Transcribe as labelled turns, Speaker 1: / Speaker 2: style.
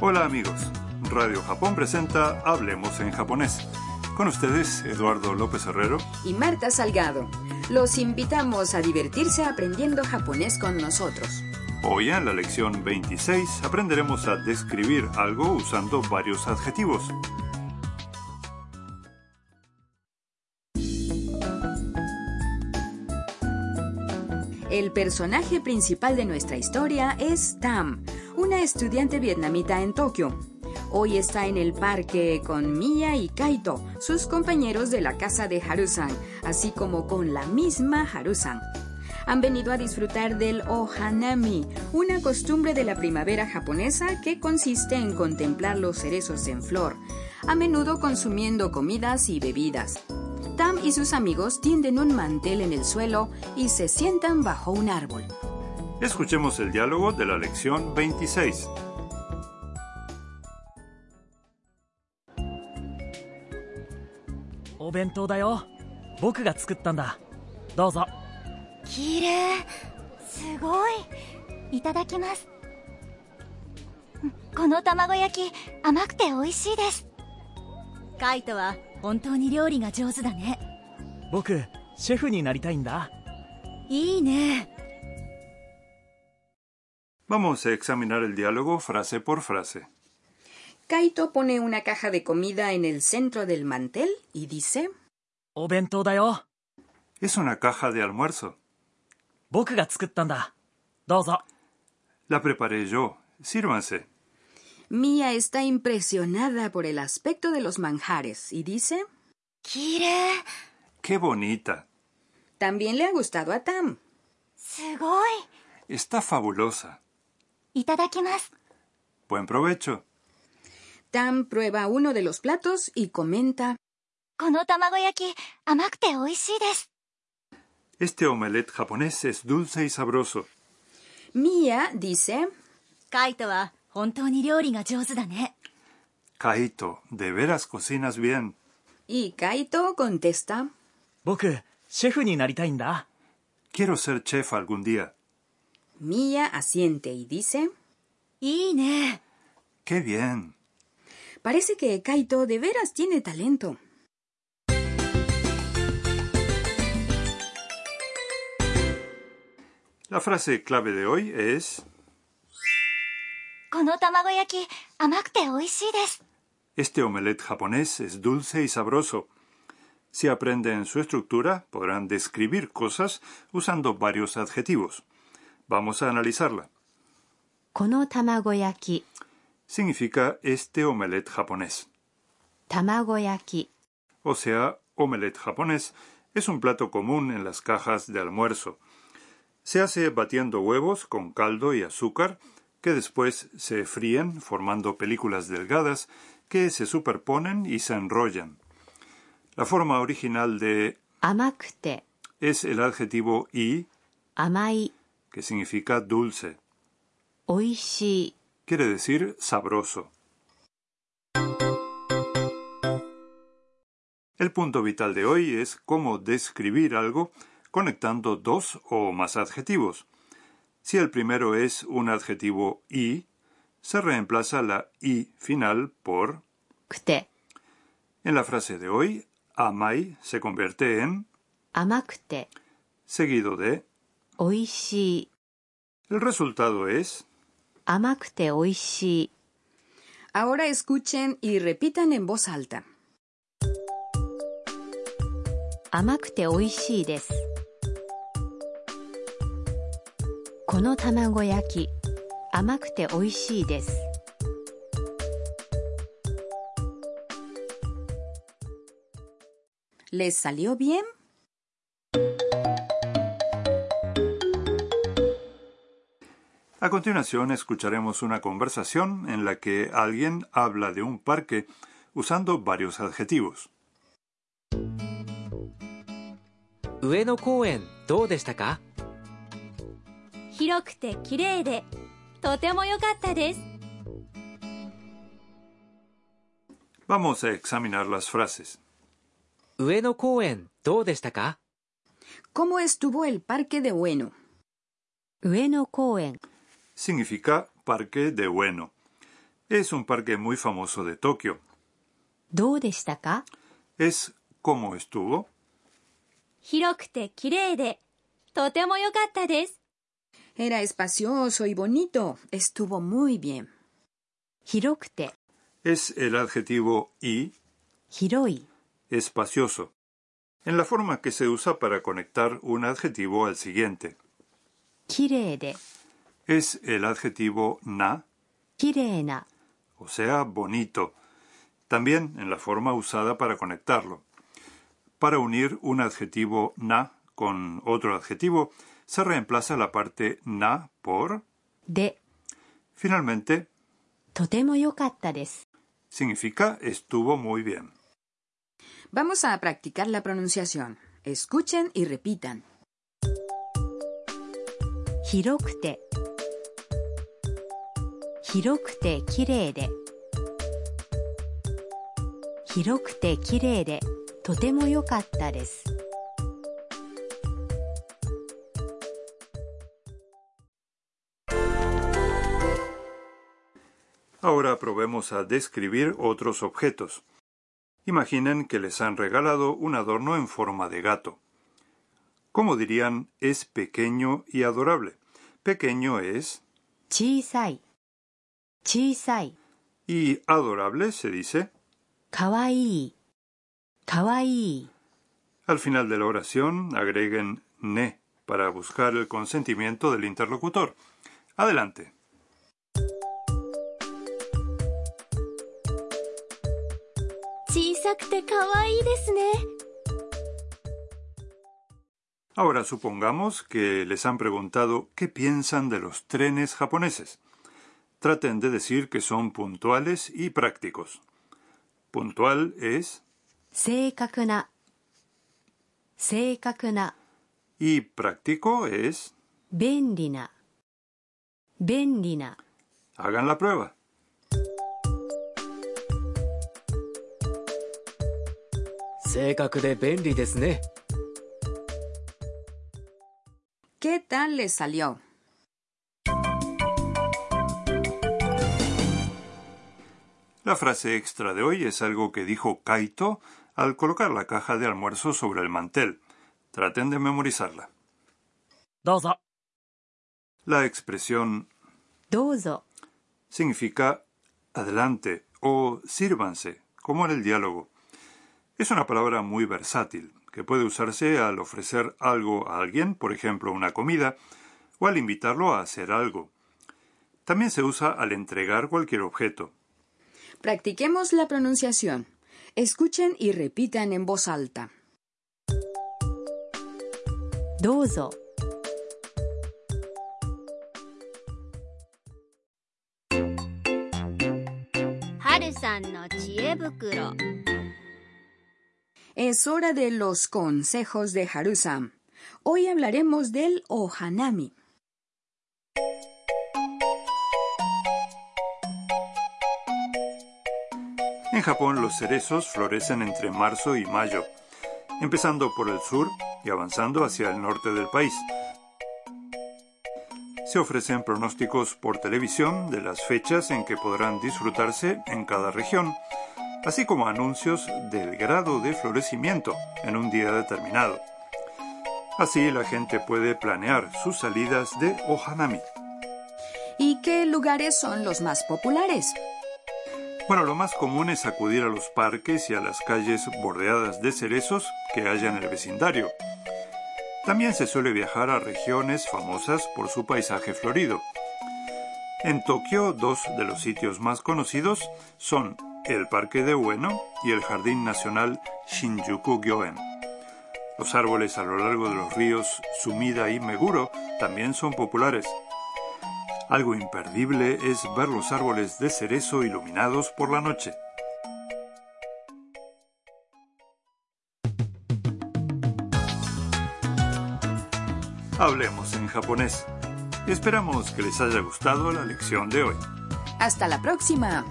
Speaker 1: Hola amigos, Radio Japón presenta Hablemos en japonés. Con ustedes, Eduardo López Herrero.
Speaker 2: y Marta Salgado. Los invitamos a divertirse aprendiendo japonés con nosotros.
Speaker 1: Hoy en la lección 26 aprenderemos a describir algo usando varios adjetivos.
Speaker 2: El personaje principal de nuestra historia es Tam, una estudiante vietnamita en Tokio. Hoy está en el parque con Mia y Kaito, sus compañeros de la casa de Harusan, así como con la misma Harusan. Han venido a disfrutar del Ohanami, una costumbre de la primavera japonesa que consiste en contemplar los cerezos en flor, a menudo consumiendo comidas y bebidas. Tam y sus amigos tienden un mantel en el suelo y se sientan bajo un árbol.
Speaker 1: Escuchemos el diálogo de la lección 26.
Speaker 3: お弁当だよ僕が作ったんだどうぞ
Speaker 4: 綺麗すごいいただきますこの卵焼き甘くて美味しいですカイトは本当に料理が上手だね
Speaker 3: 僕シェフになりたいんだ
Speaker 4: いいね
Speaker 1: Vamos a examinar el diálogo frase por frase.
Speaker 2: Kaito pone una caja de comida en el centro del mantel y dice,
Speaker 3: お弁当だよ
Speaker 1: Es una caja de almuerzo.
Speaker 3: 僕が作ったんだどうぞ
Speaker 1: La preparé yo. Sírvanse.
Speaker 2: Mia está impresionada por el aspecto de los manjares y dice,
Speaker 4: 綺麗
Speaker 1: ¡Qué bonita!
Speaker 2: también le ha gustado a Tam.
Speaker 4: すごい
Speaker 1: Está fabulosa.
Speaker 4: いただきます
Speaker 1: Buen provecho.
Speaker 2: Tam prueba uno de los platos y comenta,
Speaker 4: この卵焼き甘くて美味しいです
Speaker 1: Este omelette japonés es dulce y sabroso.
Speaker 2: Mia dice,
Speaker 4: カイトは本当に料理が上手だね
Speaker 1: Kaito, de veras cocinas bien.
Speaker 2: y Kaito contesta,
Speaker 3: 僕シェフになりたいんだ
Speaker 1: Quiero ser chef algún día.
Speaker 2: Mia asiente y dice,
Speaker 4: いいね
Speaker 1: ¡Qué bien!
Speaker 2: parece que Kaito de veras tiene talento.
Speaker 1: La frase clave de hoy es
Speaker 4: この卵焼き甘くて美味しいです
Speaker 1: Este omelette japonés es dulce y sabroso. Si aprenden su estructura, podrán describir cosas usando varios adjetivos. Vamos a analizarla.
Speaker 5: この卵焼き
Speaker 1: Significa este omelette japonés.
Speaker 5: 卵焼き
Speaker 1: o sea, omelette japonés, es un plato común en las cajas de almuerzo. Se hace batiendo huevos con caldo y azúcar, que después se fríen formando películas delgadas que se superponen y se enrollan. La forma original de
Speaker 5: 甘くて
Speaker 1: es el adjetivo i,
Speaker 5: 甘い
Speaker 1: que significa dulce.
Speaker 5: 美味しい
Speaker 1: Quiere decir sabroso. El punto vital de hoy es cómo describir algo conectando dos o más adjetivos. Si el primero es un adjetivo y, se reemplaza la y final por.
Speaker 5: くて
Speaker 1: En la frase de hoy, amai se convierte en,
Speaker 5: 甘くて
Speaker 1: seguido de.
Speaker 5: 美味しい
Speaker 1: El resultado es
Speaker 5: 甘くて美味しい
Speaker 2: Ahora escuchen y repitan en voz alta.
Speaker 5: 甘くて美味しいですこの卵焼き甘くて美味しいです
Speaker 4: 「
Speaker 2: ¿Les salió bien?
Speaker 1: A continuación escucharemos una conversación en la que alguien habla de un parque usando varios adjetivos.
Speaker 6: 上野公園どうでしたか
Speaker 4: 広くて綺麗でとても良かったです
Speaker 1: Vamos a examinar las frases.
Speaker 6: 上野公園どうでしたか
Speaker 2: ¿Cómo estuvo el parque de Bueno?
Speaker 5: 上野公園
Speaker 1: Significa parque de bueno. Es un parque muy famoso de Tokio.
Speaker 5: どうでしたか
Speaker 1: Es como estuvo.
Speaker 4: 広くて綺麗で、とても良かったです。
Speaker 2: Era espacioso y bonito. Estuvo muy bien.
Speaker 5: 広くて、
Speaker 1: Es el adjetivo y
Speaker 5: 広い、
Speaker 1: espacioso, en la forma que se usa para conectar un adjetivo al siguiente.
Speaker 5: 綺麗で、
Speaker 1: Es el adjetivo na,
Speaker 5: 綺麗な、
Speaker 1: o sea, bonito, también en la forma usada para conectarlo. Para unir un adjetivo na con otro adjetivo, se reemplaza la parte na por.
Speaker 5: で、
Speaker 1: Finalmente,
Speaker 5: とても良かったです。
Speaker 1: significa estuvo muy bien.
Speaker 2: Vamos a practicar la pronunciación. Escuchen y repitan.
Speaker 5: 広くて、広くて綺麗で、広くて綺麗で、とても良かったです。
Speaker 1: Ahora probemos a describir otros objetos. Imaginen que les han regalado un adorno en forma de gato. Como dirían, es pequeño y adorable. Pequeño es
Speaker 5: 小さい、小さい、
Speaker 1: y adorable se dice.
Speaker 5: かわいい、かわいい、
Speaker 1: Al final de la oración agreguen ne para buscar el consentimiento del interlocutor. Adelante.
Speaker 4: 小さくて可愛いですね。
Speaker 1: Ahora supongamos que les han preguntado qué piensan de los trenes japoneses. Traten de decir que son puntuales y prácticos. Puntual es
Speaker 5: 正確な、正確な、
Speaker 1: y práctico es.
Speaker 5: 便利な、便利な、
Speaker 1: Hagan la prueba.
Speaker 6: 正確で便利ですね
Speaker 2: ¿Qué tal les salió?
Speaker 1: La frase extra de hoy es algo que dijo Kaito al colocar la caja de almuerzo sobre el mantel. Traten de memorizarla.
Speaker 3: どうぞ
Speaker 1: La expresión
Speaker 5: どうぞ、
Speaker 1: significa adelante o sírvanse, como en el diálogo. Es una palabra muy versátil, que puede usarse al ofrecer algo a alguien, por ejemplo una comida, o al invitarlo a hacer algo. También se usa al entregar cualquier objeto.
Speaker 2: Practiquemos la pronunciación. Escuchen y repitan en voz alta.
Speaker 5: どうぞ。
Speaker 4: はるさんの知恵袋。
Speaker 2: Es hora de los consejos de Harusan. Hoy hablaremos del ohanami.
Speaker 1: En Japón los cerezos florecen entre marzo y mayo, empezando por el sur y avanzando hacia el norte del país. Se ofrecen pronósticos por televisión de las fechas en que podrán disfrutarse en cada región, así como anuncios del grado de florecimiento en un día determinado. Así la gente puede planear sus salidas de Ohanami.
Speaker 2: ¿Y qué lugares son los más populares?
Speaker 1: Bueno, lo más común es acudir a los parques y a las calles bordeadas de cerezos que haya en el vecindario. También se suele viajar a regiones famosas por su paisaje florido. En Tokio, dos de los sitios más conocidos son el Parque de Ueno y el Jardín Nacional Shinjuku Gyoen. Los árboles a lo largo de los ríos Sumida y Meguro también son populares. Algo imperdible es ver los árboles de cerezo iluminados por la noche. Hablemos en japonés. Esperamos que les haya gustado la lección de hoy.
Speaker 2: Hasta la próxima.